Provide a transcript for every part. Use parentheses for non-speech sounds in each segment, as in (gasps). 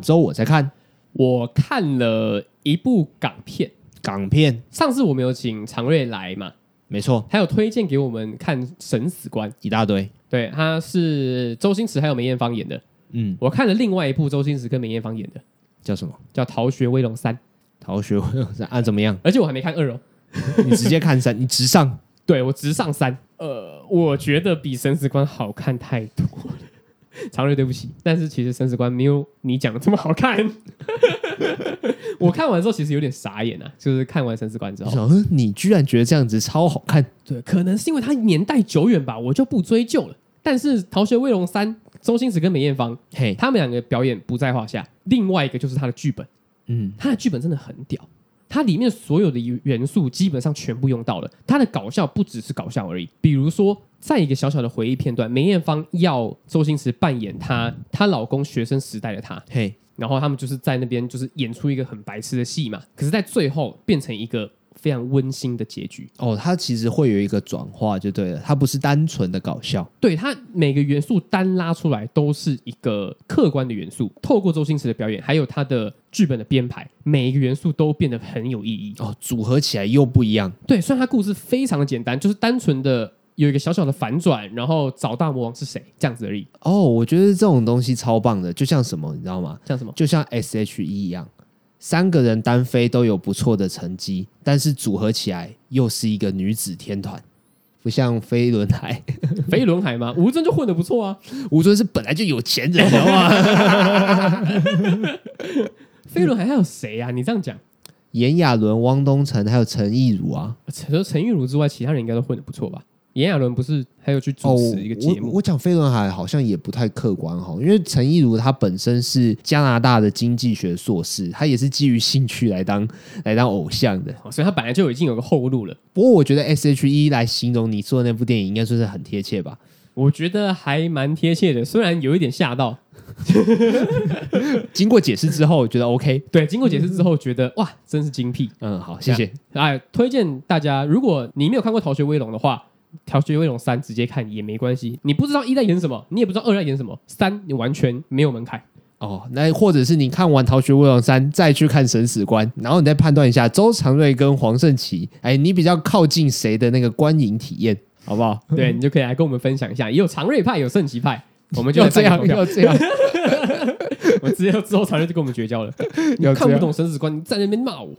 周我在看我看了一部港片，港片，上次我们有请常瑞来嘛，没错，还有推荐给我们看《神死官》，一大堆。对，他是周星驰还有梅艳芳演的。嗯，我看了另外一部周星驰跟梅艳芳演的，叫什么？叫《逃学威龙三》，逃学威龙山啊？怎么样？ (laughs) 而且我还没看二哦。你直接看三，你直上。对我直上三，呃，我觉得比《生死观》好看太多了。常瑞，对不起，但是其实《生死观》没有你讲的这么好看。 (laughs) 我看完之后其实有点傻眼啊，就是看完《生死观》之你后，想说，你居然觉得这样子超好看？对，可能是因为它年代久远吧，我就不追究了。但是《逃学威龙三》，周星驰跟梅艳芳嘿，他们两个表演不在话下，另外一个就是他的剧本，嗯，他的剧本真的很屌，它里面所有的元素基本上全部用到了。它的搞笑不只是搞笑而已，比如说，在一个小小的回忆片段，梅艳芳要周星驰扮演她她老公学生时代的她，嘿，然后他们就是在那边就是演出一个很白痴的戏嘛，可是，在最后变成一个非常温馨的结局。哦，它其实会有一个转化就对了，它不是单纯的搞笑。对它每个元素单拉出来都是一个客观的元素，透过周星驰的表演，还有他的剧本的编排，每一个元素都变得很有意义。哦，组合起来又不一样。对，虽然它故事非常的简单，就是单纯的有一个小小的反转，然后找大魔王是谁这样子而已。哦，我觉得这种东西超棒的，就像什么，你知道吗？像 (laughs) 什么？就像 S.H.E 一样，三个人单飞都有不错的成绩，但是组合起来又是一个女子天团，不像飞轮海，飞轮海吗？吴尊就混的不错啊。吴尊是本来就有钱 (laughs) 人，好不好飞轮海还有谁啊？你这样讲，炎亚纶、汪东城还有陈亦儒啊。呃除了陈玉茹之外，其他人应该都混的不错吧？炎亚纶不是还有去 (laughs) 主持一个节哦我目？我讲飞轮海好像也不太客观哈，因为陈亦儒他本身是加拿大的经济学硕士，他也是基于兴趣来当 (laughs) 来当偶像的。哦所以他本来就已经有个后路了。不过我觉得 S.H.E 来形容你做的那部电影，应该算是很贴切吧。我觉得还蛮贴切的，虽然有一点吓到。经过解释之后，我觉得 OK。对，经过解释之后，觉得哇，真是精辟。嗯，好，谢谢。哎，推荐大家，如果你没有看过《逃学威龙》的话，《逃学威龙三》直接看也没关系。你不知道一在演什么，你也不知道二在演什么，三你完全没有门槛。哦，那或者是你看完《逃学威龙三》，再去看《神死官》，然后你再判断一下周长瑞跟黄圣琪，哎，你比较靠近谁的那个观影体验，好不好？对你就可以来跟我们分享一下，也有常瑞派，有圣奇派，我们就 (laughs) 要这样，要要这样， (laughs) 我直接之后常瑞就跟我们绝交 (laughs) 了。要看这不样。懂生死观，你在那边骂我，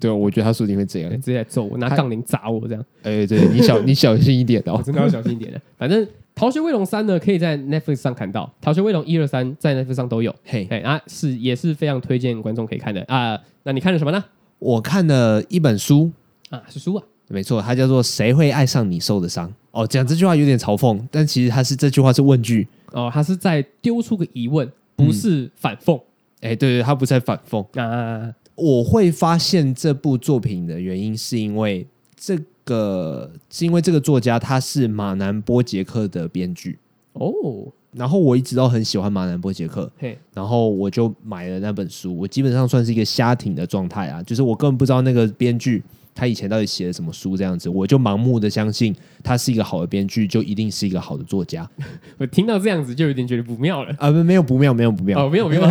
对，我觉得他说不定会这对样。直接来揍我，拿杠铃砸我这样，哎，对你 (laughs) 小你小心一点我哦。真的要小心一 (laughs) 点的。反正《逃学威龙三》呢，可以在 Netflix 上看到，《逃学威龙》一二三在 Netflix 上都有。嘿，哎，啊，是也是非常推荐观众可以看的啊、那你看了什么呢？我看了一本书，啊，是书啊。没错，它叫做《谁会爱上你受的伤》。哦，讲这句话有点嘲讽，但其实它是这句话是问句。哦，他是在丢出个疑问，不是反讽、哎，对对，它不是在反讽。啊。我会发现这部作品的原因，是因为这个，是因为这个作家他是马南波杰克的编剧。哦，然后我一直都很喜欢马南波杰克，嘿，然后我就买了那本书。我基本上算是一个瞎挺的状态啊，就是我根本不知道那个编剧他以前到底写了什么书，这样子我就盲目的相信他是一个好的编剧，就一定是一个好的作家我听到这样子就有点觉得不妙了。啊！不，没有不妙，没有不妙。哦，没有没有，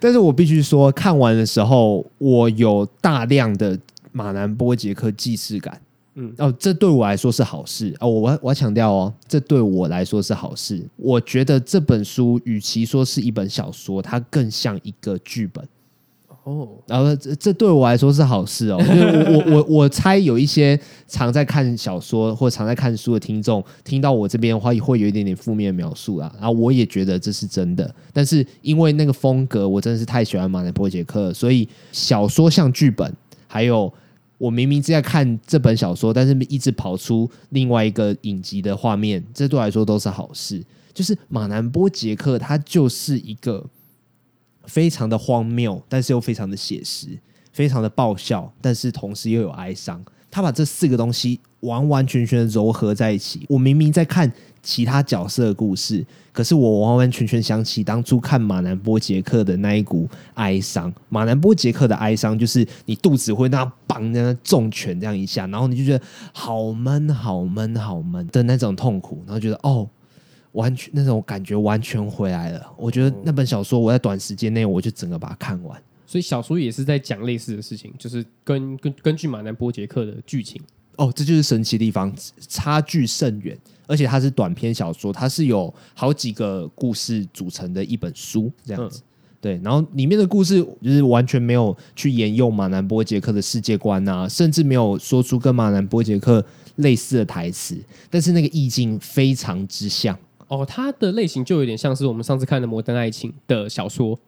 但是我必须说，看完的时候，我有大量的马南波杰克既视感。嗯嗯，哦，这对我来说是好事哦。我要我要强调哦，这对我来说是好事。我觉得这本书与其说是一本小说，它更像一个剧本。 (laughs) 哦，然后这这对我来说是好事哦，就是我我我我猜有一些常在看小说或常在看书的听众，听到我这边的话会有一点点负面描述啦。然后我也觉得这是真的，但是因为那个风格，我真的是太喜欢马南波杰克了，所以小说像剧本，还有我明明是在看这本小说，但是一直跑出另外一个影集的画面，这对我来说都是好事。就是马南波杰克，他就是一个非常的荒谬，但是又非常的写实，非常的爆笑，但是同时又有哀伤。他把这四个东西完完全全的糅合在一起。我明明在看其他角色的故事，可是我完完全全想起当初看马南波杰克的那一股哀伤。马南波杰克的哀伤就是你肚子会那样绑那样重拳这样一下，然后你就觉得好闷、好闷、好闷的那种痛苦，然后觉得哦，完全那种感觉完全回来了。我觉得那本小说，我在短时间内我就整个把它看完。 (laughs) 所以小说也是在讲类似的事情，就是根根根据马南波杰克的剧情，哦，这就是神奇的地方，差距甚远。而且它是短篇小说，它是有好几个故事组成的一本书这样子。对，然后里面的故事就是完全没有去沿用马南波杰克的世界观啊，甚至没有说出跟马南波杰克类似的台词，但是那个意境非常之像。哦，它的类型就有点像是我们上次看的《摩登爱情》的小说，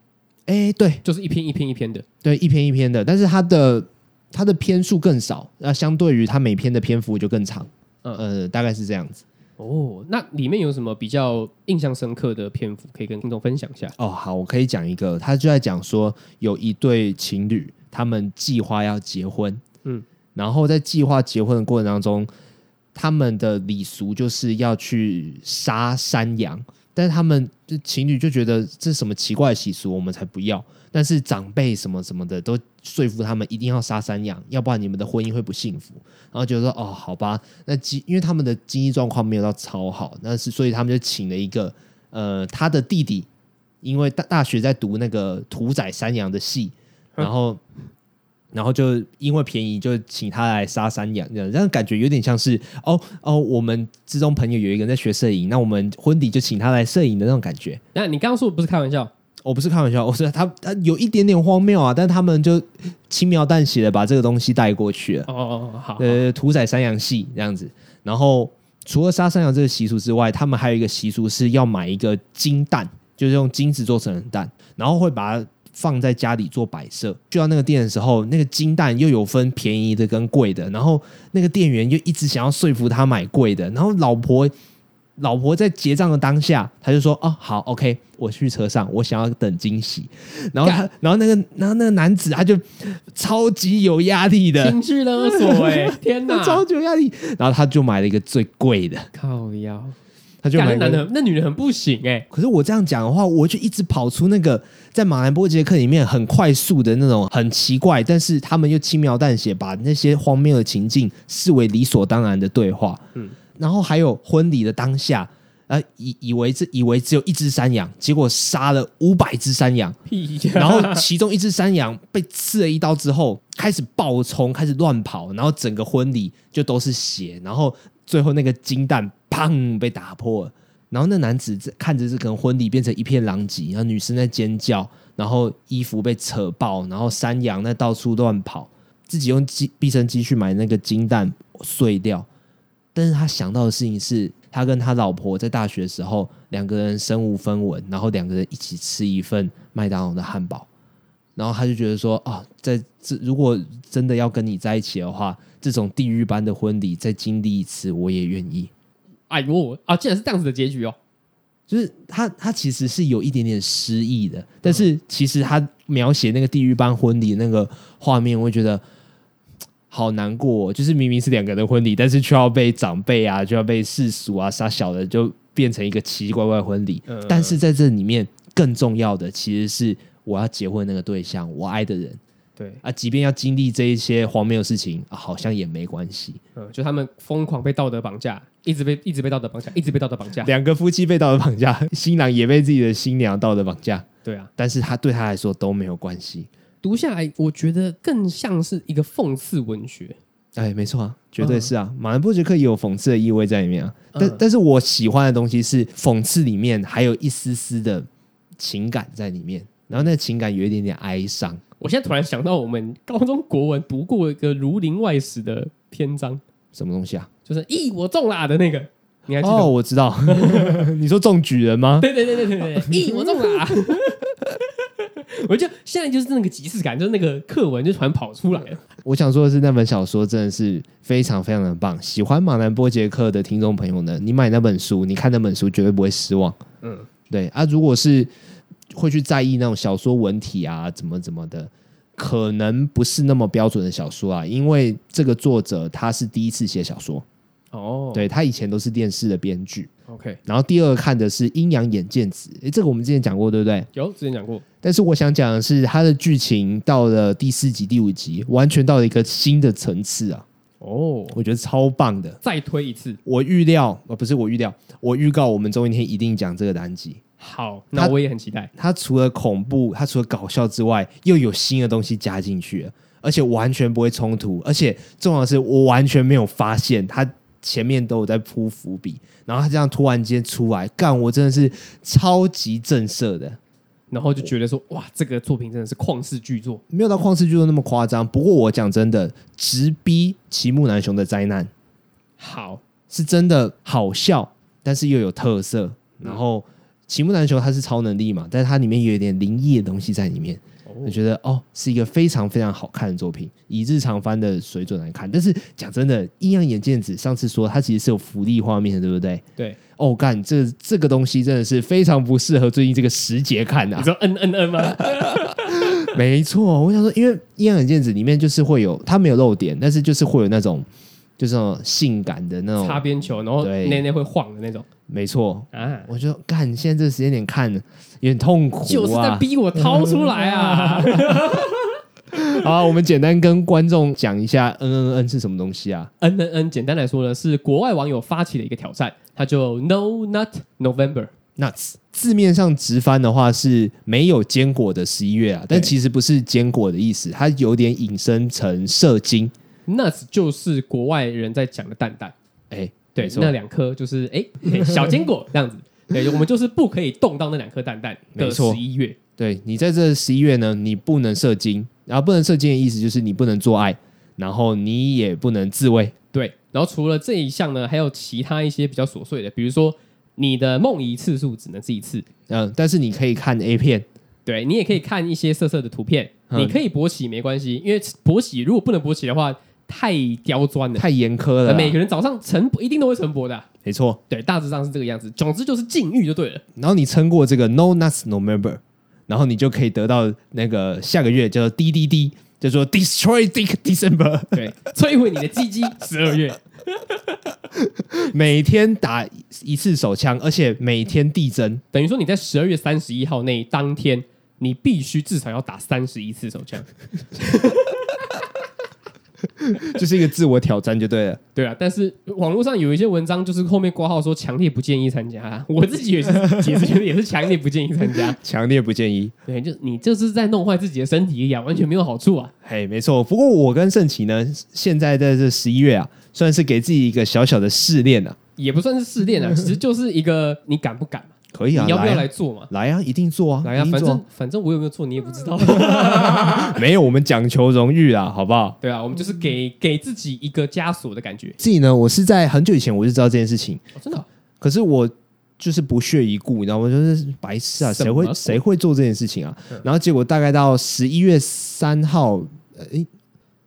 哎，对，就是一篇一篇一篇的。对，一篇一篇的，但是它的它的篇数更少，那、相对于它每篇的篇幅就更长，嗯呃，大概是这样子。哦，那里面有什么比较印象深刻的篇幅可以跟听众分享一下？哦，好，我可以讲一个，他就在讲说有一对情侣，他们计划要结婚，嗯嗯，然后在计划结婚的过程当中，他们的礼俗就是要去杀山羊，但是他们这情侣就觉得这是什么奇怪的习俗，我们才不要。但是长辈什么什么的都说服他们一定要杀山羊，要不然你们的婚姻会不幸福。然后觉得说哦，好吧，那经因为他们的经济状况没有到超好，但是所以他们就请了一个呃他的弟弟，因为大大学在读那个屠宰山羊的戏，然后。然后就因为便宜，就请他来杀山羊，这样，这样感觉有点像是哦哦，我们之中朋友有一个人在学摄影，那我们婚礼就请他来摄影的那种感觉。那你刚刚说的不是开玩笑，我不是开玩笑，我是他他有一点点荒谬啊，但他们就轻描淡写的把这个东西带过去了。哦哦哦，好，呃，屠宰山羊戏这样子。然后除了杀山羊这个习俗之外，他们还有一个习俗是要买一个金蛋，就是用金子做成的蛋，然后会把它放在家里做摆设。去到那个店的时候，那个金蛋又有分便宜的跟贵的，然后那个店员又一直想要说服他买贵的，然后老婆。老婆在结账的当下，他就说：“哦，好，OK，我去车上，我想要等惊喜。”然后他，然后那个，然后那个男子他就超级有压力的，情绪勒索 (laughs) 哎，天那哪，超级有压力。然后他就买了一个最贵的，靠腰，他就感买觉一男个。的那女人很不行哎，可是我这样讲的话，我就一直跑出那个在马来波杰克里面很快速的那种很奇怪，但是他们又轻描淡写把那些荒谬的情境视为理所当然的对话。嗯嗯，然后还有婚礼的当下，呃，以以为这以为只有一只山羊，结果杀了五百只山羊。屁呀，然后其中一只山羊被刺了一刀之后，开始暴冲，开始乱跑，然后整个婚礼就都是血，然后最后那个金蛋砰被打破了，然后那男子在看着这个婚礼变成一片狼藉，然后女生在尖叫，然后衣服被扯爆，然后山羊在到处乱跑，自己用鸡毕生鸡去买那个金蛋碎掉，但是他想到的事情是。他跟他老婆在大学的时候，两个人身无分文，然后两个人一起吃一份麦当劳的汉堡，然后他就觉得说啊，在这如果真的要跟你在一起的话，这种地狱般的婚礼再经历一次，我也愿意。哎呦啊，竟然是这样子的结局哦，就是他，他其实是有一点点失意的，但是其实他描写那个地狱般婚礼那个画面，我会觉得嘖好难过哦、就是明明是两个人的婚礼，但是却要被长辈啊，就要被世俗啊、傻小的，就变成一个奇奇怪怪的婚礼。嗯但是在这里面，更重要的其实是我要结婚那个对象，我爱的人。对，啊，即便要经历这一些荒谬的事情、啊，好像也没关系。嗯，就他们疯狂被道德绑架，一直被一直被道德绑架，一直被道德绑架，两个夫妻被道德绑架，新郎也被自己的新娘道德绑架，对啊，但是他对他来说都没有关系。读下来我觉得更像是一个讽刺文学，哎，没错啊，绝对是啊。马兰波杰克也有讽刺的意味在里面啊，但、嗯但是我喜欢的东西是讽刺里面还有一丝丝的情感在里面，然后那情感有一点点哀伤。我现在突然想到，我们高中国文读过一个《儒林外史》的篇章，什么东西啊？就是“咦，我中啦”的那个，你还记得吗？哦，我知道， (laughs) 你说中举人吗？对对对对对对，咦，我中啦！我就现在就是那个即视感，就是那个课文就突然跑出来了。我想说的是，那本小说真的是非常非常的棒。喜欢马南波杰克的听众朋友呢，你买那本书，你看那本书绝对不会失望。嗯，对啊，如果是会去在意那种小说文体啊，怎么怎么的，可能不是那么标准的小说啊，因为这个作者他是第一次写小说，哦，对他以前都是电视的编剧。 ，OK，然后第二个看的是《阴阳眼见子》，诶，这个我们之前讲过，对不对？有之前讲过，但是我想讲的是，它的剧情到了第四集、第五集，完全到了一个新的层次啊。哦，哦，我觉得超棒的。再推一次，我预料，呃，不是我预料，我预告我们周一天一定讲这个单集。好，那他我也很期待。它除了恐怖，它除了搞笑之外，又有新的东西加进去了，而且完全不会冲突，而且重要的是，我完全没有发现它前面都有在铺伏笔，然后它这样突然间出来，干我真的是超级震慑的，然后就觉得说，哇，这个作品真的是旷世巨作。没有到旷世巨作那么夸张。不过我讲真的，直逼齐木楠雄的灾难好，是真的好笑，但是又有特色，然后。齐木楠雄他是超能力嘛，但是它里面也有一点灵异的东西在里面，我哦，觉得哦，是一个非常非常好看的作品，以日常番的水准来看。但是讲真的，《阴阳眼镜子》上次说它其实是有福利画面的，对不对？对，哦，干，这这个东西真的是非常不适合最近这个时节看 (laughs) 你啊。知道嗯嗯嗯吗？没错，我想说，因为《阴阳眼镜子》里面就是会有它没有露点，但是就是会有那种就是那种性感的那擦种。边球，然后对内内会晃的那种没错，啊，我就干，现在这个时间点看有点痛苦啊。就是在逼我掏出来啊！好，啊我们简单跟观众讲一下，嗯嗯嗯是什么东西啊？嗯嗯嗯，简单来说呢，是国外网友发起的一个挑战，它就 No Nut November。 nuts。字面上直翻的话是没有坚果的十一月啊，但对其实不是坚果的意思，它有点引申成射精。 Nuts 就是国外人在讲的蛋蛋，哎、对没，错那两颗就是哎、嘿小坚果 (laughs) 这样子，对，我们就是不可以动到那两颗蛋蛋的没错十一月，对你在这十一月呢，你不能射精，然后不能射精的意思就是你不能做爱，然后你也不能自慰。对。然后除了这一项呢，还有其他一些比较琐碎的，比如说你的梦遗次数只能是一次，嗯、但是你可以看 A 片，对你也可以看一些色色的图片，嗯你可以勃起没关系，因为勃起如果不能勃起的话，太刁钻了。太严苛了呃啦。每个人早上晨勃一定都会晨勃的啊、没错，对，大致上是这个样子。总之就是禁欲就对了。然后你撑过这个 No Nuts November，然后你就可以得到那个下个月叫做 DDD，叫做 Destroy Dick December。 (laughs) 对，摧毁你的鸡鸡。十二月，每天打一次手枪，而且每天递增。等于说你在十二月三十一号那当天，你必须至少要打三十一次手枪。就是一个自我挑战就对了。对啊，但是网络上有一些文章就是后面挂号说强烈不建议参加啊，我自己也是解释也是强烈不建议参 (laughs) 加。强烈不建议。对，就你这是在弄坏自己的身体呀、完全没有好处啊。嘿，没错。不过我跟盛奇呢，现在在这十一月啊，算是给自己一个小小的试炼啊。也不算是试炼啊，其实就是一个你敢不敢嘛，可以啊，你要不要来来啊？做嘛？来啊，一定做啊，哎来呀、一定反做正啊反正我有没有做你也不知道。 (laughs) 没有，我们讲求荣誉啊，好不好？对啊，我们就是给给自己一个枷锁的感觉。自己呢，我是在很久以前我就知道这件事情，哦、真的啊、可是我就是不屑一顾，你知道吗？就是白痴啊，什谁么嗯会鬼谁会做这件事情啊？然后结果大概到十一月三号，呃诶、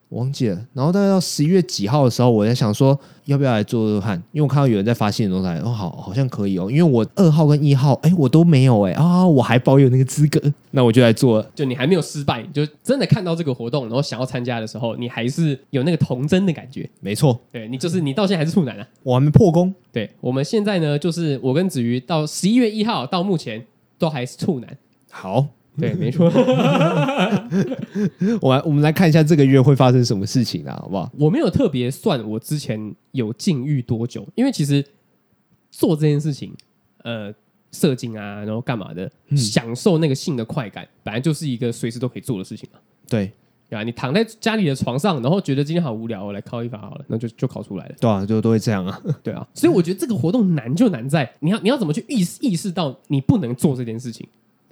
我忘记了。然后大概到十一月几号的时候，我在想说要不要来做做看，因为我看到有人在发新的动态，哦，好，好像可以哦。因为我二号跟一号，诶、我都没有诶、啊，我还保有那个资格， (laughs) 那我就来做了。就你还没有失败，你就真的看到这个活动，然后想要参加的时候，你还是有那个童真的感觉。没错，对你就是你到现在还是处男啊。我还没破功，对我们现在呢，就是我跟子瑜到十一月一号到目前都还是处男。好。 (laughs) 对，没错，我来，我们来看一下这个月会发生什么事情啊，好不好？我没有特别算我之前有禁欲多久，因为其实做这件事情，呃，射精啊，然后干嘛的，享受那个性的快感，本来就是一个随时都可以做的事情嘛。对，对啊，你躺在家里的床上，然后觉得今天好无聊，我来敲一发好了，那就就考出来了。对啊，就都会这样啊。对啊，所以我觉得这个活动难就难在 (laughs) 你要你要怎么去意识意识到你不能做这件事情。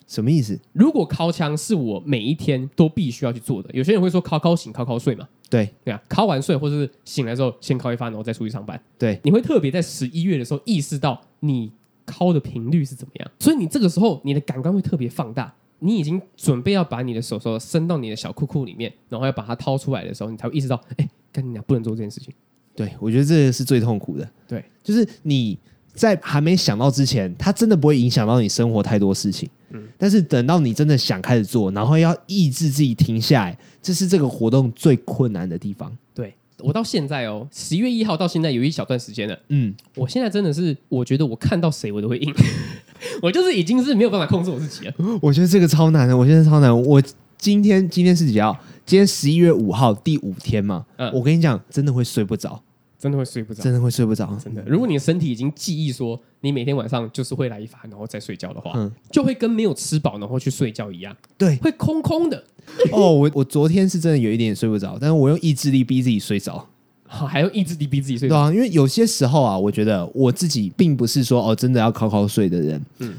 什么意思？如果敲枪是我每一天都必须要去做的，有些人会说敲敲醒，敲敲睡嘛，对对啊，敲完睡或者是醒来之后先敲一发，然后再出去上班。对，你会特别在十一月的时候意识到你敲的频率是怎么样，所以你这个时候你的感官会特别放大。你已经准备要把你的手手伸到你的小裤裤里面，然后要把它掏出来的时候，你才会意识到，哎、干你俩不能做这件事情。对，我觉得这个是最痛苦的。对，就是你在还没想到之前，它真的不会影响到你生活太多事情。嗯，但是等到你真的想开始做，然后要抑制自己停下来，这是这个活动最困难的地方。对我到现在哦，十一月一号到现在有一小段时间了，嗯，我现在真的是，我觉得我看到谁我都会硬， (laughs) 我就是已 (gasps) 经是没有办法控制我自己了。我觉得这个超难的，我觉得超难。我今天今天是几号？今天十一月五号第五天嘛，嗯我跟你讲，真的会睡不着，真的会睡不着。真的会睡不着。真的，如果你的身体已经记忆说你每天晚上就是会来一发，然后再睡觉的话，嗯就会跟没有吃饱然后去睡觉一样，对会空空的，哦，我我昨天是真的有一点睡不着，但是我用意志力逼自己睡着。好还要一直地逼自己对睡着。啊，因为有些时候啊，我觉得我自己并不是说哦真的要靠靠睡的人，嗯嗯，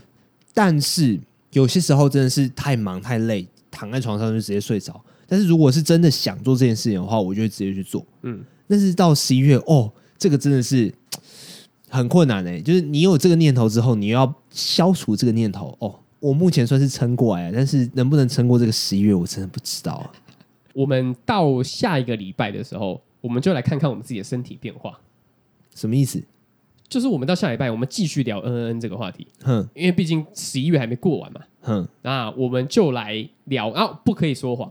但是有些时候真的是太忙太累，躺在床上就直接睡着。但是如果是真的想做这件事情的话，我就会直接去做。嗯，但是到十一月哦，这个真的是很困难哎、就是你有这个念头之后，你又要消除这个念头哦。我目前算是撑过来了，但是能不能撑过这个十一月，我真的不知道、啊。我们到下一个礼拜的时候，我们就来看看我们自己的身体变化。什么意思？就是我们到下礼拜，我们继续聊恩恩这个话题，哼因为毕竟十一月还没过完嘛。哼，那我们就来聊啊，不可以说谎，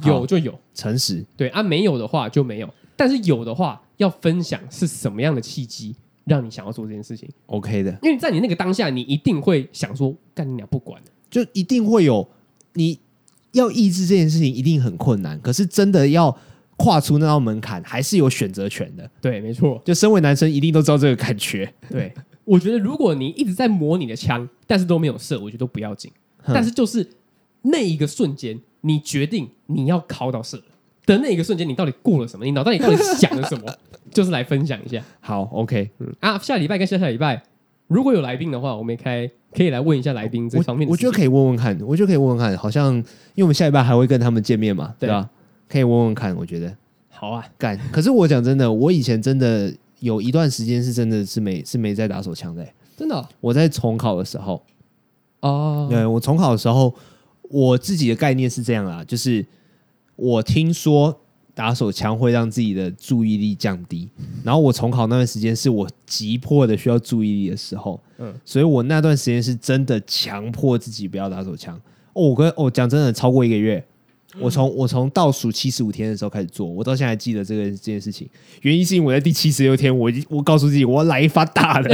好有就有，诚实对啊，没有的话就没有，但是有的话要分享是什么样的契机让你想要做这件事情。 OK 的。因为在你那个当下，你一定会想说，干你俩不管了，就一定会有你要抑制这件事情，一定很困难。可是真的要跨出那道门槛，还是有选择权的。对，没错，就身为男生，一定都知道这个感觉。对。我觉得如果你一直在磨你的枪，但是都没有射，我觉得都不要紧。哼但是就是那一个瞬间，你决定你要考到射了的那一个瞬间，你到底过了什么？你脑袋里到底想了什么？ (laughs) 就是来分享一下。好，OK，嗯啊，下礼拜跟下下礼拜如果有来宾的话，我们也开可以来问一下来宾这方面我我觉得以，可以问问看，我觉得可以问问看。好像因为我们下礼拜还会跟他们见面嘛，对对吧、可以问问看，我觉得好啊，干。可是我讲真的，我以前真的有一段时间是真的是没是没在打手枪的欸、真的我在重考的时候，哦，对我重考的时候，我自己的概念是这样啊，就是我听说打手枪会让自己的注意力降低，然后我重考那段时间是我急迫的需要注意力的时候，嗯嗯，所以我那段时间是真的强迫自己不要打手枪。哦，我跟哦讲真的，超过一个月。嗯我从我从倒数七十五天的时候开始做，我到现在还记得这个这件事情。原因是因为我在第七十六天，我已经我告诉自己我要来一发大的，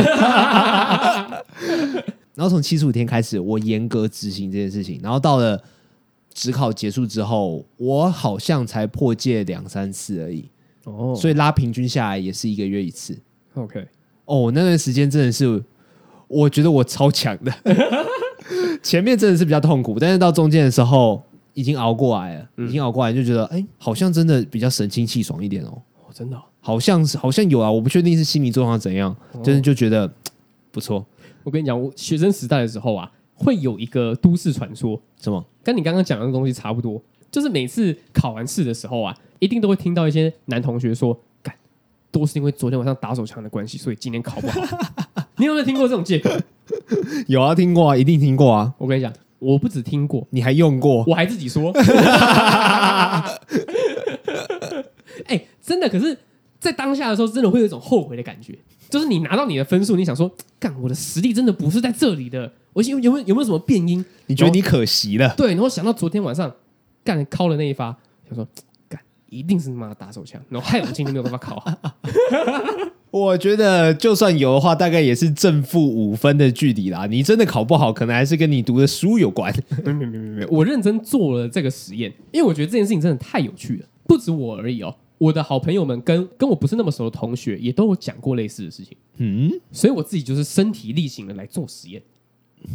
然后从七十五天开始，我严格执行这件事情。然后到了职考结束之后，我好像才破戒两三次而已，哦所以拉平均下来也是一个月一次。 OK，哦，那段时间真的是，我觉得我超强的。 (laughs) 前面真的是比较痛苦，但是到中间的时候已经熬过来了，已经熬过来就觉得，哎、好像真的比较神清气爽一点哦。哦，真的哦、好像是，好像有啊，我不确定是心理状况怎样，真的就觉得不错。我跟你讲，我学生时代的时候啊，会有一个都市传说，什么？跟你刚刚讲的那个东西差不多，就是每次考完试的时候啊，一定都会听到一些男同学说：“干，都是因为昨天晚上打手枪的关系，所以今天考 (laughs) 不好。”你有没有听过这种借口？有啊，听过啊，一定听过啊。我跟你讲，我不止听过，你还用过？ (laughs) 我还自己说。哎、真的，可是，在当下的时候，真的会有一种后悔的感觉，就是你拿到你的分数，你想说，干，我的实力真的不是在这里的，我有有没有有没有什么变音？你觉得你可惜了？对，然后想到昨天晚上干敲了那一发，想说干一定是他妈的打手枪，然后害我今天没有办法考好。我觉得就算有的话，大概也是正负五分的距离啦。你真的考不好，可能还是跟你读的书有关。没有没有没有没有，我认真做了这个实验，因为我觉得这件事情真的太有趣了，不止我而已哦。我的好朋友们跟跟我不是那么熟的同学也都有讲过类似的事情，嗯，所以我自己就是身体力行的来做实验。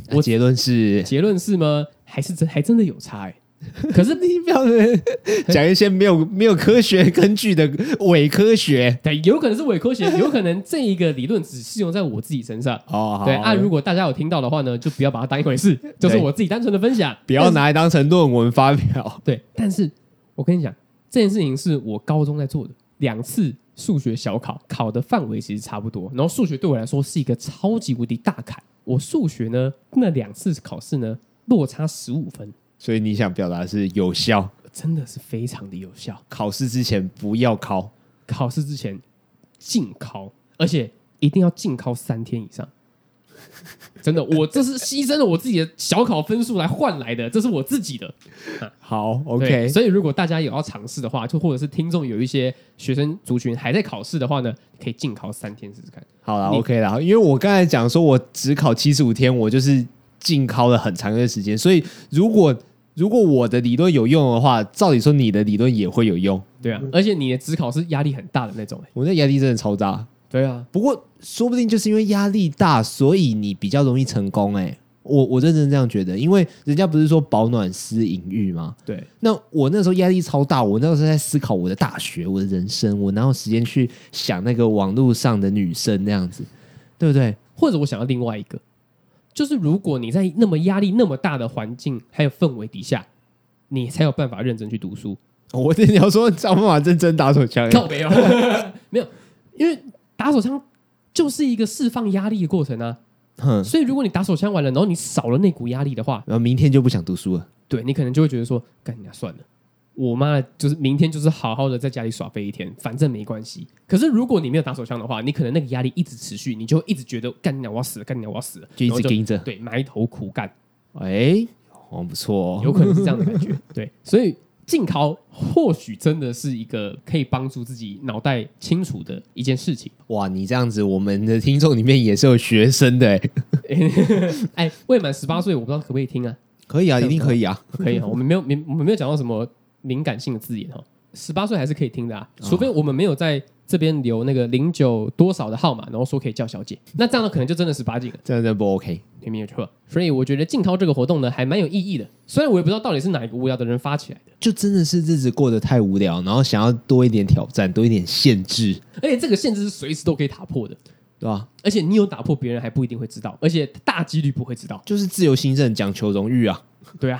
(laughs) 我结论是，结论是吗？还是真还真的有差哎、可是 (laughs) 你不要 (laughs) 讲一些没有没有科学根据的伪科学对，有可能是伪科 (laughs) 学，有可能这一个理论只适用在我自己身上。哦。对啊，按如果大家有听到的话呢，就不要把它当一回 (laughs) 事，就是对我自己单纯的分享，不要但是拿来当成论文发表。对，但是我跟你讲，这件事情是我高中在做的，两次数学小考考的范围其实差不多，然后数学对我来说是一个超级无敌大坎。我数学呢那两次考试呢落差十五分，所以你想表达的是有效，真的是非常的有效。考试之前不要考。考试之前禁考，而且一定要禁考三天以上。真的，我这是牺牲了我自己的小考分数来换来的，这是我自己的。好对，OK，所以如果大家有要尝试的话，就或者是听众有一些学生族群还在考试的话呢，可以禁考三天试试看。好啦你 o k 啦，因为我刚才讲说，我只考七十五天，我就是禁考了很长一段时间，所以如果如果我的理论有用的话，照理说你的理论也会有用。对啊，而且你的职考是压力很大的那种、欸，我那压力真的超大，对啊，不过说不定就是因为压力大，所以你比较容易成功、欸。哎，我我认真这样觉得，因为人家不是说保暖思淫欲吗？对，那我那时候压力超大，我那时候在思考我的大学、我的人生，我哪有时间去想那个网络上的女生那样子，对不对？或者我想要另外一个，就是如果你在那么压力那么大的环境还有氛围底下，你才有办法认真去读书。我这你要说张妈妈认真打手枪，靠没哦有，哎 (laughs) 没有，因为打手枪就是一个释放压力的过程啊。哼，所以如果你打手枪完了，然后你少了那股压力的话，然后明天就不想读书了。对你可能就会觉得说，干你、啊、算了。我妈就是明天就是好好的在家里耍飞一天，反正没关系。可是如果你没有打手枪的话，你可能那个压力一直持续，你就会一直觉得干你啊娘我要死了，干你娘我要死了，就一直然后盯着对，埋头苦干，哎，好像不错有哦。可能是这样的感觉。对，所以静考或许真的是一个可以帮助自己脑袋清楚的一件事情。 (laughs) 哇，你这样子，我们的听众里面也是有学生的、哎，哎，未满十八岁，我不知道可不可以听啊？可以啊，一定可以啊。(laughs) 可以哈，我们没有没我们没有讲到什么敏感性的字眼哈，十八岁还是可以听的啊，除非我们没有在这边留那个零九多少的号码，然后说可以叫小姐，那这样呢可能就真的十八禁了，这样真的不 OK。也没有错。所以我觉得静涛这个活动呢还蛮有意义的，虽然我也不知道到底是哪一个无聊的人发起来的，就真的是日子过得太无聊，然后想要多一点挑战，多一点限制，而且这个限制是随时都可以打破的，对吧、而且你有打破别人还不一定会知道，而且大几率不会知道。就是自由新政讲求荣誉啊。对啊，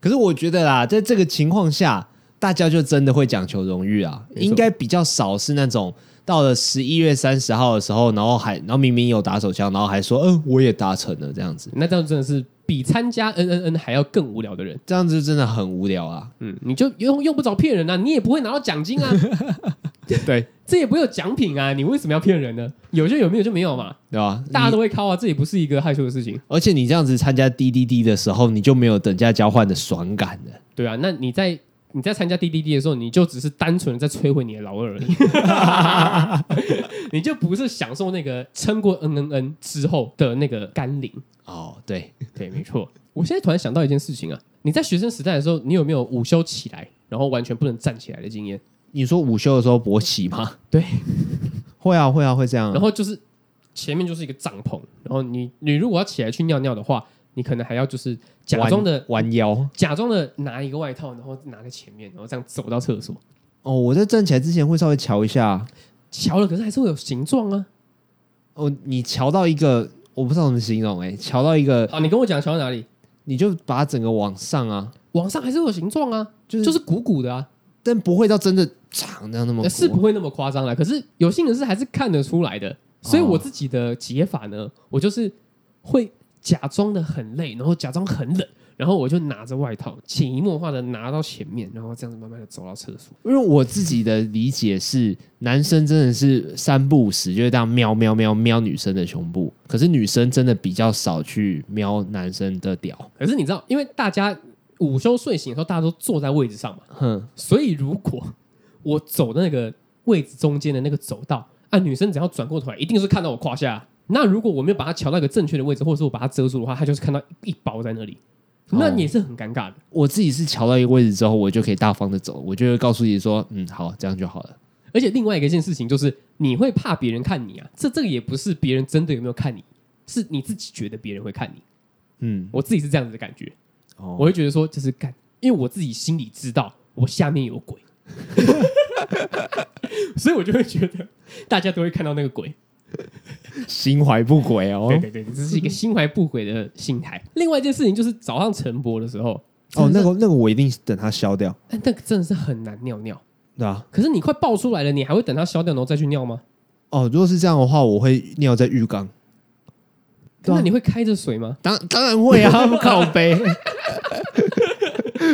可是我觉得啦，在这个情况下，大家就真的会讲求荣誉啊，没错应该比较少是那种到了十一月三十号的时候，然后还然后明明有打手枪，然后还说嗯我也达成了这样子，那这样真的是比参加 N N N 还要更无聊的人。这样子真的很无聊啊。嗯，你就用用不着骗人啊，你也不会拿到奖金啊， (laughs) 对这也不会有奖品啊，你为什么要骗人呢？有就有，没有就没有嘛，对吧？大家你都会靠啊，这也不是一个害羞的事情，而且你这样子参加 DDD 的时候，你就没有等价交换的爽感了。对啊。那你在你在参加 DDD 的时候，你就只是单纯的在摧毁你的老二而已， (laughs) 你就不是享受那个撑过 N N N 之后的那个甘霖。哦，对，对，没错。我现在突然想到一件事情啊，你在学生时代的时候，你有没有午休起来然后完全不能站起来的经验？你说午休的时候勃起吗？对， (laughs) 会啊，会啊，会这样、啊。然后就是前面就是一个帐篷，然后你你如果要起来去尿尿的话，你可能还要就是假装的弯弯腰。假装的拿一个外套，然后拿在前面，然后这样走到厕所，哦，我在站起来之前会稍微瞧一下。瞧了可是还是会有形状啊。哦，你瞧到一个，我不知道怎么形容哎、瞧到一个，好，你跟我讲瞧到哪里？你就把它整个往上啊，往上还是会有形状啊，就是就是鼓鼓的啊，但不会到真的长那样那么呃是鼓不会那么夸张啦。可是有些人是还是看得出来的，所以我自己的解法呢，我就是会假装的很累，然后假装很冷。然后我就拿着外套，潜移默化的拿到前面，然后这样子慢慢的走到厕所。因为我自己的理解是，男生真的是三不五时就会这样瞄瞄瞄瞄女生的胸部，可是女生真的比较少去瞄男生的屌。可是你知道，因为大家午休睡醒的时候，大家都坐在位置上嘛，哼，所以如果我走的那个位置中间的那个走道，啊，女生只要转过头来，一定是看到我胯下。那如果我没有把她瞧到一个正确的位置，或者是我把她遮住的话，她就是看到一包在那里，哦那你也是很尴尬的。我自己是瞧到一个位置之后，我就可以大方的走，我就会告诉自己说，嗯，好，这样就好了。而且另外一个一件事情就是，你会怕别人看你啊，这这个也不是别人真的有没有看你，是你自己觉得别人会看你。嗯，我自己是这样子的感觉，哦我会觉得说，就是干，因为我自己心里知道我下面有鬼， (laughs) 所以我就会觉得大家都会看到那个鬼。心怀不轨哦对对对，这是一个心怀不轨的心态。嗯另外一件事情就是早上晨勃的时候， (laughs) 哦，那个个那个我一定等它消掉，那个真的是很难尿尿。对啊吧、可是你快爆出来了，你还会等它消掉然后再去尿吗？哦，如果是这样的话，我会尿在浴缸。对啊那你会开着水吗？当当然会 (laughs) 啊，靠背，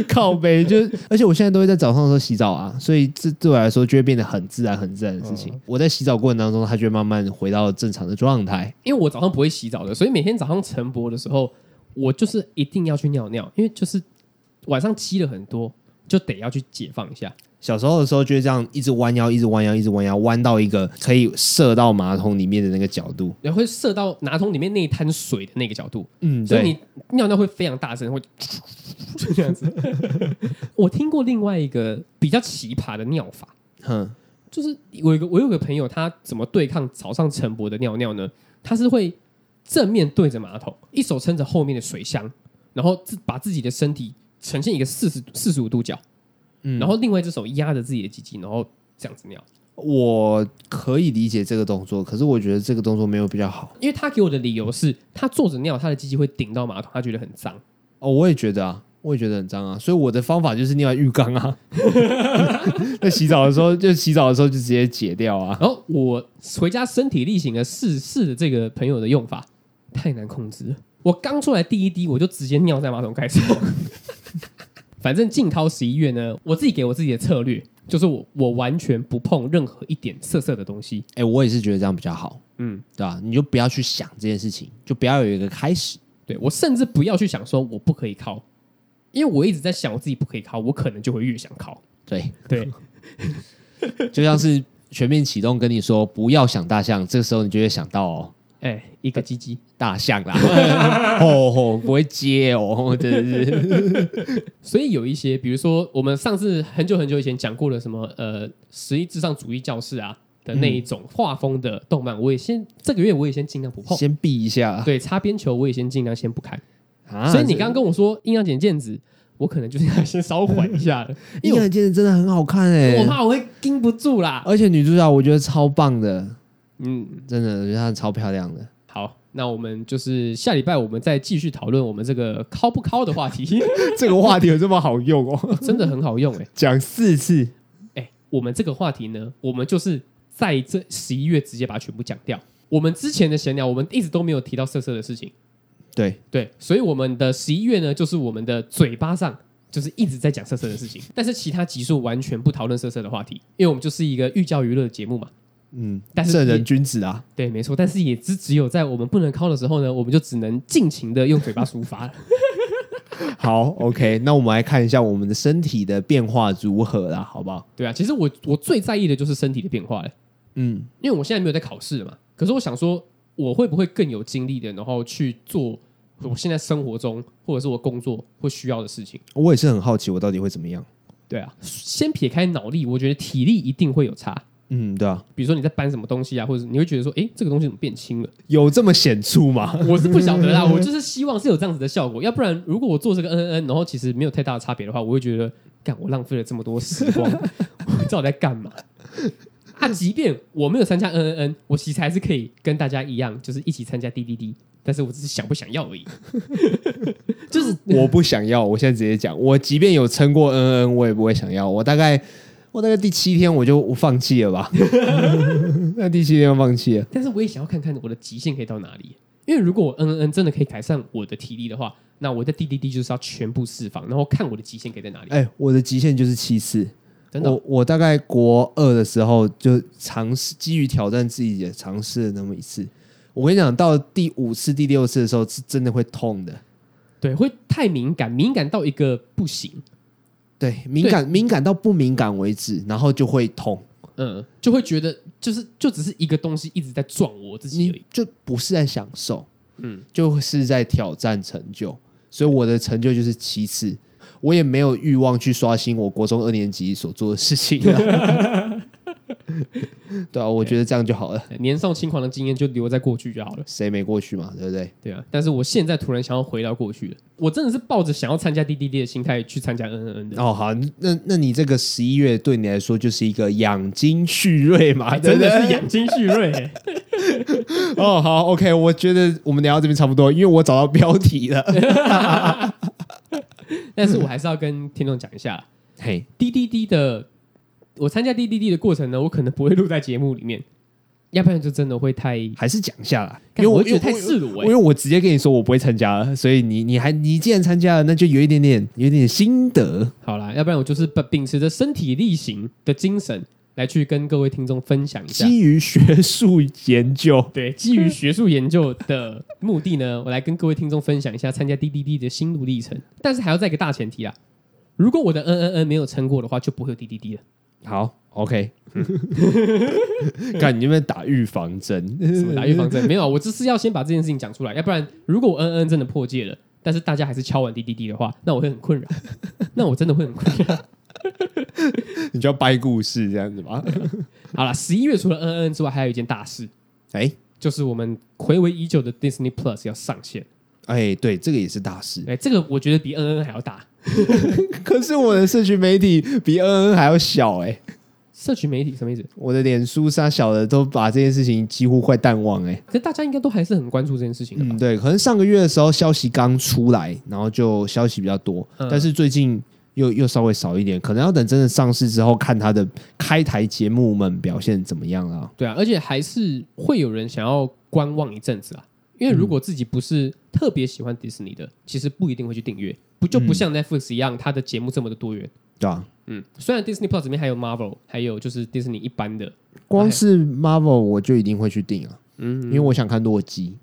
靠背就是，而且我现在都会在早上的时候洗澡啊，所以这对我来说就会变得很自然、很自然的事情。嗯我在洗澡过程当中，它就会慢慢回到正常的状态。因为我早上不会洗澡的，所以每天早上晨勃的时候，我就是一定要去尿尿，因为就是晚上积了很多，就得要去解放一下。小时候的时候就会这样一直弯腰，一直弯腰，一直弯腰，弯到一个可以射到马桶里面的那个角度。然后会射到马桶里面那一滩水的那个角度，嗯，所以对，你尿尿会非常大声，会就 (laughs) 这样子。 (laughs) 我听过另外一个比较奇葩的尿法，哼，就是我有一个我有个朋友，他怎么对抗早上晨勃的尿尿呢？他是会正面对着马桶，一手撑着后面的水箱，然后自把自己的身体呈现一个四十四十五度角，嗯然后另外一只手压着自己的鸡鸡，然后这样子尿。我可以理解这个动作，可是我觉得这个动作没有比较好。因为他给我的理由是他坐着尿，他的鸡鸡会顶到马桶，他觉得很脏。哦，我也觉得啊，我也觉得很脏啊，所以我的方法就是尿在浴缸 (laughs) 啊，在洗澡的时候就洗澡的时候就直接解掉啊。然后我回家身体力行的试试了这个朋友的用法，太难控制了。我刚出来第一滴，我就直接尿在马桶盖上。 (laughs) 反正静涛十一月呢，我自己给我自己的策略就是我我完全不碰任何一点色色的东西。哎、我也是觉得这样比较好，嗯，对吧、你就不要去想这件事情，就不要有一个开始。对我甚至不要去想说我不可以靠，因为我一直在想我自己不可以靠，我可能就会越想靠。对，对，就像是全面启动跟你说不要想大象，这个时候你就会想到哦。哎，一个鸡鸡。大象啦， (laughs) 吼吼、不会接哦，真的是。所以有一些，比如说我们上次很久很久以前讲过的什么呃十一至上主义教室啊的那一种画风的动漫，我也先这个月我也先尽量不碰。先避一下对，擦边球我也先尽量先不看。啊所以你刚刚跟我说《阴阳眼剑子》，我可能就是要先稍缓一下了， 《阴因为阳剑》真的很好看哎、我我怕我会盯不住啦。而且女主角我觉得超棒的，嗯，真的，我觉得她超漂亮的。好，那我们就是下礼拜我们再继续讨论我们这个敲不敲的话题， (laughs) (laughs) 这个话题有这么好用哦？ (laughs) 真的很好用哎、讲四次，哎，我们这个话题呢，我们就是在这十一月直接把它全部讲掉。我们之前的闲聊，我们一直都没有提到色色的事情，对，对，所以我们的十一月呢，就是我们的嘴巴上就是一直在讲色色的事情，但是其他集数完全不讨论色色的话题，因为我们就是一个寓教于乐的节目嘛。嗯，但是正人君子啊，对，没错，但是也只只有在我们不能靠的时候呢，我们就只能尽情的用嘴巴抒发了。好，OK，那我们来看一下我们的身体的变化如何啦，好不好？对啊，其实我我最在意的就是身体的变化了。嗯，因为我现在没有在考试了嘛，可是我想说，我会不会更有精力的，然后去做我现在生活中或者是我工作会需要的事情？我也是很好奇，我到底会怎么样？对啊，先撇开脑力，我觉得体力一定会有差。嗯，对啊，比如说你在搬什么东西啊，或者你会觉得说，诶，这个东西怎么变轻了？有这么显著 (laughs) 吗？我是不晓得啦，我就是希望是有这样子的效果，要不然如果我做这个 N N N，然后其实没有太大的差别的话，我会觉得，干我浪费了这么多时光， (laughs) 我知道我在干嘛。啊，即便我没有参加 N N N，我其实还是可以跟大家一样，就是一起参加 D D D，但是我只是想不想要而已。 (laughs) 就是我不想要，我现在直接讲，我即便有撑过恩恩，我也不会想要。我大概我大概第七天我就我放弃了 (laughs) 吧，那第七天我放弃了。但是我也想要看看我的极限可以到哪里。因为如果我 N N N 真的可以改善我的体力的话，那我在 D D D 就是要全部释放，然后看我的极限可以在哪里。哎、我的极限就是七次。真的哦、我我大概国二的时候就尝试基于挑战自己也尝试了那么一次。我跟你讲，到第五次、第六次的时候，是真的会痛的。对，会太敏感，敏感到一个不行。对，敏感敏感到不敏感为止，然后就会痛。嗯，就会觉得就是就只是一个东西一直在撞我自己而你已。就不是在享受，嗯，就是在挑战成就。所以我的成就就是其次，我也没有欲望去刷新我国中二年级所做的事情、啊。 (laughs) 对啊，我觉得这样就好了。年少轻狂的经验就留在过去就好了，谁没过去嘛，对不对？对啊。但是我现在突然想要回到过去了，我真的是抱着想要参加 D D D 的心态去参加 N N N 的，哦，好，那那你这个十一月对你来说就是一个养精蓄锐嘛， (laughs) 哎对真不对的是养精蓄锐、欸。哦，好，OK，我觉得我们聊到这边差不多，因为我找到标题了。 (laughs) 但是我还是要跟听众讲一下 (laughs) 嘿， ，D D D 的我参加 D D D 的过程呢，我可能不会录在节目里面，要不然就真的会太，因还是讲一下啦，因为为我我觉得太赤裸、因欸为。我直接跟你说我不会参加了，所以你你还你既然参加了，那就有一点点有一点点心得。好啦，要不然我就是秉秉持着身体力行的精神来去跟各位听众分享一下。基于学术研究，对，基于学术研究的目 (laughs) 的呢，我来跟各位听众分享一下参加 DDD 的心路历程。但是还要再一个大前提啊，如果我的 N N N 没有撑过的话，就不会有 D D D 了。好，OK，看你们打预防针， (laughs) 什么打预防针？没有，啊我就是要先把这件事情讲出来，要不然如果我 N N 真的破戒了，但是大家还是敲完 D D D 的话，那我会很困扰， (laughs) 那我真的会很困扰。 (laughs) 你就要掰故事这样子吧？好了，十一月除了 N N 之外，还有一件大事， (laughs) 哎就是我们回违已久的 Disney Plus 要上线。哎，对，这个也是大事。哎，这个我觉得比 N N 还要大。 (laughs) 可是我的社群媒体比恩恩还要小哎、社群媒体什么意思？我的脸书啥小的都把这件事情几乎快淡忘哎、可是大家应该都还是很关注这件事情的吧？嗯，对，可能上个月的时候消息刚出来，然后就消息比较多，嗯但是最近又又稍微少一点，可能要等真的上市之后，看它的开台节目们表现怎么样了。对啊，而且还是会有人想要观望一阵子啊，因为如果自己不是特别喜欢迪士尼的，其实不一定会去订阅，不就不像 Netflix 一样，它的节目这么的多元。对吧、嗯，虽然 Disney Plus 里面还有 Marvel，还有就是迪士尼一般的，光是 Marvel 我就一定会去订啊，哎嗯，因为我想看洛基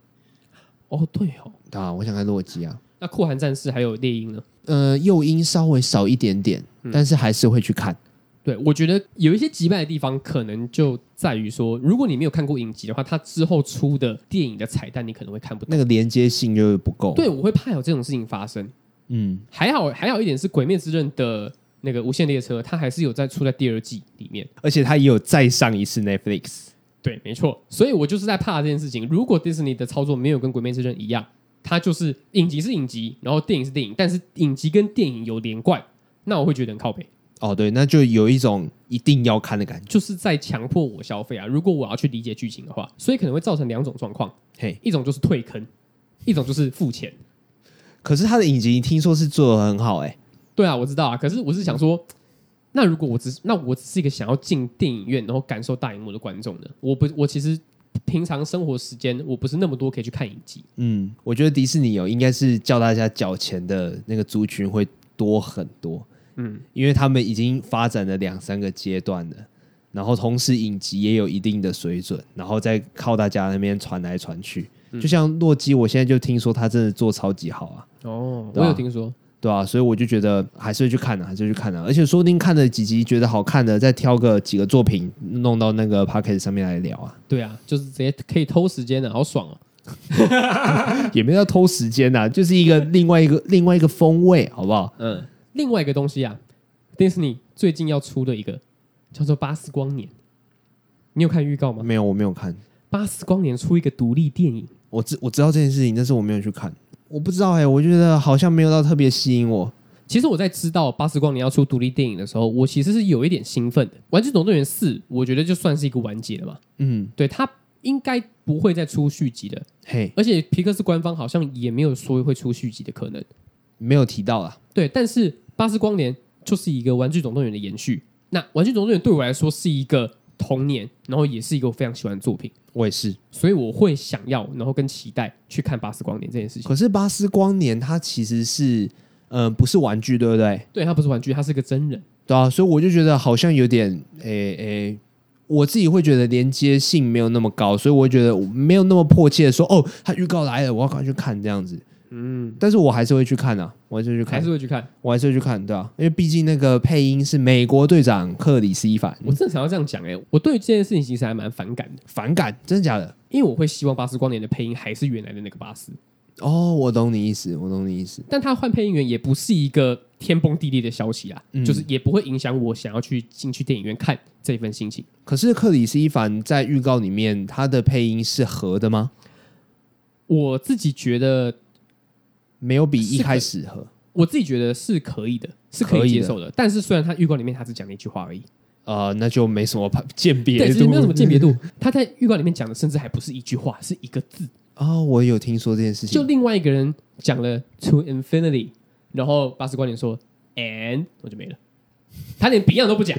哦对哦，啊，我想看洛基啊。那酷寒战士还有猎鹰呢？呃，诱因稍微少一点点，嗯但是还是会去看。对，我觉得有一些击败的地方，可能就在于说，如果你没有看过影集的话，它之后出的电影的彩蛋你可能会看不到。那个连接性就会不够。对，，我会怕有这种事情发生。嗯，还好，还好一点是《鬼灭之刃》的那个《无限列车》，它还是有在出在第二季里面。而且它也有再上一次 Netflix。对，没错。所以我就是在怕这件事情。如果迪士尼的操作没有跟《鬼灭之刃》一样，它就是影集是影集，然后电影是电影，但是影集跟电影有连贯，那我会觉得很靠北，哦，对，那就有一种一定要看的感觉。就是在强迫我消费啊。如果我要去理解剧情的话，所以可能会造成两种状况：嘿，一种就是退坑，一种就是付钱。可是它的影集听说是做的很好、哎，对啊，我知道啊，可是我是想说，那如果我只是那我只是一个想要进电影院然后感受大荧幕的观众呢？我不，我其实平常生活时间我不是那么多可以去看影集，嗯，我觉得迪士尼有应该是叫大家缴钱的那个族群会多很多，嗯，因为他们已经发展了两三个阶段了。然后同时影集也有一定的水准，然后再靠大家那边传来传去。就像洛基，我现在就听说他真的做超级好啊，哦对我啊有听说，对啊，所以我就觉得还是会去看的、还是会去看的、而且说不定看了几集觉得好看的，再挑个几个作品弄到那个 p o c k e t 上面来聊啊，对啊，就是直接可以偷时间的，好爽哦。也没有要偷时间呐、就是一个另外一个另外一个风味，好不好？嗯，另外一个东西啊，Disney 最近要出的一个叫做《巴斯光年》，你有看预告吗？《没有，我没有看，巴斯光年》出一个独立电影，我知我知道这件事情，但是我没有去看，我不知道哎、我觉得好像没有到特别吸引我。其实我在知道《巴斯光年》要出独立电影的时候，我其实是有一点兴奋的。《玩具总动员四》，我觉得就算是一个完结了嘛，嗯，对它应该不会再出续集的，嘿，而且皮克斯官方好像也没有说会出续集的可能。没有提到啦。对，但是《巴斯光年》就是一个《玩具总动员》的延续。那《玩具总动员》对我来说是一个童年，然后也是一个我非常喜欢的作品，我也是，所以我会想要，然后跟期待去看《巴斯光年》这件事情。可是巴斯光年它其实是，嗯、不是玩具，对不对？对，它不是玩具，它是个真人。对啊，所以我就觉得好像有点，诶、诶、我自己会觉得连接性没有那么高，所以我会觉得我没有那么迫切的说，哦，他预告来了，我要赶快去看这样子。嗯，但是我还是会去看啊，我还是会去还看是，会去看，我还是会去看，对啊，因为毕竟那个配音是美国队长克里斯·伊凡，我正想要这样讲哎、我对于这件事情其实还蛮反感的。反感，真的假的？因为我会希望巴斯光年的配音还是原来的那个巴斯，哦，我懂你意思，我懂你意思。但他换配音员也不是一个天崩地裂的消息啊，嗯就是也不会影响我想要去进去电影院看这份心情。可是克里斯·伊凡在预告里面，他的配音是合的吗？我自己觉得，没有比一是可开始合。我自己觉得是可以的，是可可以以的接受的。但是虽然他预告里面他只讲了一句话而已，呃，那就没什么鉴别对，度，其实没有什么鉴 (laughs) 别度。他在预告里面讲的甚至还不是一句话，是一个字。哦，我有听说这件事情。就另外一个人讲了 “to infinity”，然后巴斯光年说 “and”，我就没了。他连 Beyond 都不讲，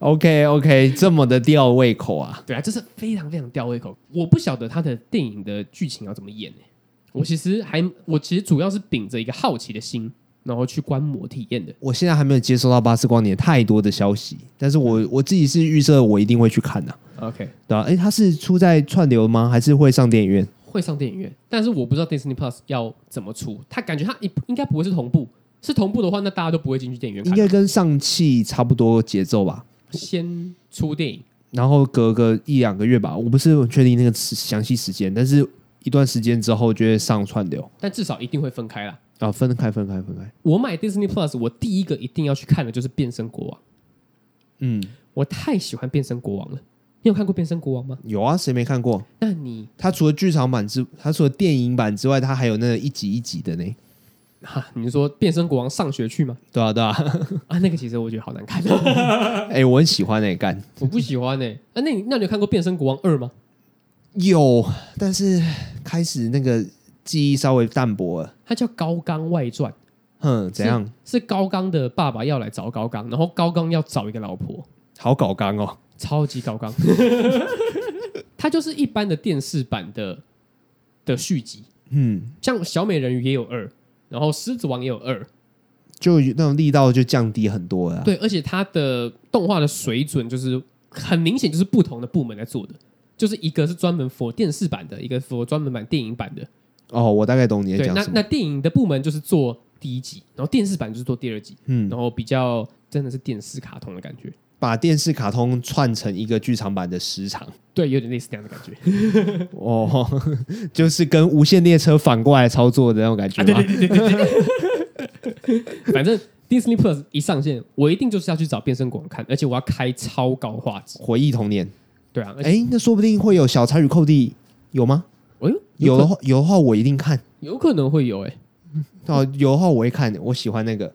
OK OK，这么的吊胃口啊！对啊，这是非常非常吊胃口。我不晓得他的电影的剧情要怎么演呢、欸我其实还，我其实主要是秉着一个好奇的心，然后去观摩体验的。我现在还没有接收到巴斯光年太多的消息，但是我我自己是预设我一定会去看的、 OK，对吧、啊？哎，它是出在串流吗？还是会上电影院？会上电影院，但是我不知道 Disney Plus 要怎么出。他感觉他应应该不会是同步，是同步的话，那大家都不会进去电影院应看。该跟上汽差不多节奏吧。先出电影，然后隔个一两个月吧，我不是很确定那个时详细时间，但是一段时间之后就会上串流但至少一定会分开啦。啊，分开分开分开。我买 Disney Plus，我第一个一定要去看的就是《变身国王》，嗯，我太喜欢《变身国王》了。你有看过《变身国王》吗？有啊，谁没看过？那你它除了剧场版之，它除了电影版之外，它还有那一集一集的呢。哈、你是说《变身国王》上学去吗？对啊，对啊， (laughs) 啊，那个其实我觉得好难看，哦哎、我很喜欢那、干我不喜欢呢、啊，那你那你有看过《变身国王二》吗？有，但是开始那个记忆稍微淡薄了。它叫《高刚外传》，哼，怎样？是高刚的爸爸要来找高刚，然后高刚要找一个老婆，好搞刚哦。超级高刚。 (laughs) 它就是一般的电视版的的续集，嗯，像小美人鱼也有二，然后狮子王也有二，就那种力道就降低很多了啊。对，而且它的动画的水准就是很明显就是不同的部门在做的，就是一个是专门 for 电视版的，一个 for 专门版电影版的。哦，我大概懂你在对，讲那什么。那电影的部门就是做第一集，然后电视版就是做第二集，嗯，然后比较真的是电视卡通的感觉，把电视卡通串成一个剧场版的时 (laughs) 长。对，有点类似这样的感 (laughs) 觉。哦， (laughs) 就是跟无限列车反过来操作的那种感觉啊，吗？对对对对对对。反正 Disney Plus 一上线，我一定就是要去找变身广看，而且我要开超高画质。回忆童年。对啊，而且哎、那说不定会有小茶与寇弟，有吗？哎呦，有可的话，有的话我一定看。有可能会有哎、哦，有的话我会看，我喜欢那个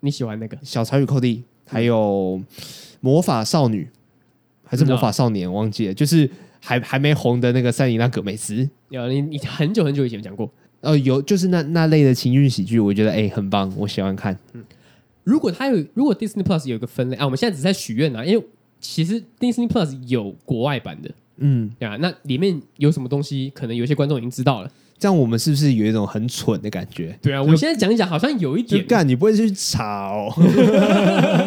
你喜欢那个？小茶与寇弟，还有魔法少女，还是魔法少年，忘记了，就是还还没红的那个塞琳娜·葛美斯。有你你很久很久以前讲过，呃，有就是那那类的情绪喜剧，我觉得哎、很棒，我喜欢看。如果它有，如果 Disney Plus 有一个分类啊，我们现在只是在许愿啊，因为其实 Disney Plus 有国外版的，嗯，对啊，那里面有什么东西，可能有些观众已经知道了。这样我们是不是有一种很蠢的感觉？对啊，我现在讲一讲，好像有一就点干，你不会去查哦？ (laughs)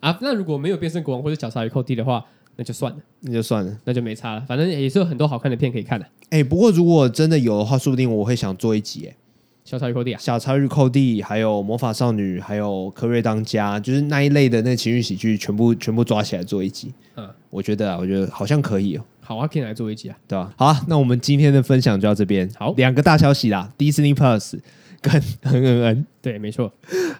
啊。那如果没有变身国王或者小鲨鱼寇弟的话，那就算了，那就算了。那就没差了，反正也是有很多好看的片可以看的、哎、不过如果真的有的话，说不定我会想做一集。哎，小鲨鱼寇弟啊，小超日寇弟，还有魔法少女，还有科瑞当家，就是那一类的那情绪喜剧，全部全部抓起来做一集。嗯，我觉得啊，我觉得好像可以哦、好啊，可以来做一集啊。对吧、好、啊，那我们今天的分享就到这边。好两个大消息啦，Disney Plus 跟 N N N。对，没错，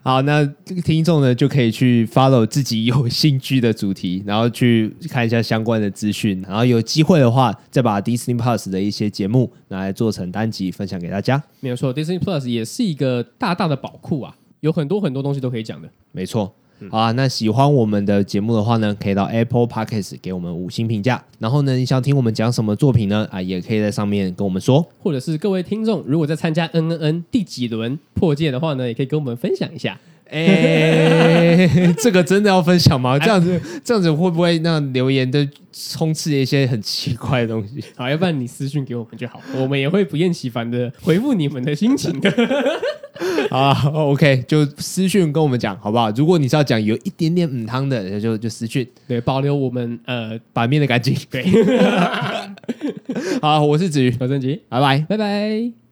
好，那这个听众呢就可以去 follow 自己有兴趣的主题， (laughs) 然后去看一下相关的资讯，然后有机会的话，再把 Disney Plus 的一些节目拿来做成单集分享给大家。没有错，Disney Plus 也是一个大大的宝库啊，有很多很多东西都可以讲的。没错。好啊，那喜欢我们的节目的话呢，可以到 Apple Podcast 给我们五星评价。然后呢，你想听我们讲什么作品呢？啊，也可以在上面跟我们说。或者是各位听众，如果在参加 N N N 第几轮破戒的话呢，也可以跟我们分享一下。哎、这个真的要分享吗？这样子，这样子会不会让留言都充斥一些很奇怪的东西？好，要不然你私讯给我们就好， (laughs) 我们也会不厌其烦的回复你们的心情的。 (laughs) 啊，OK，就私讯跟我们讲好不好？如果你是要讲有一点点嗯汤的，就就私讯，对，保留我们呃，把面的干净。对， (laughs) 好，我是子瑜，小正吉，拜拜。拜拜。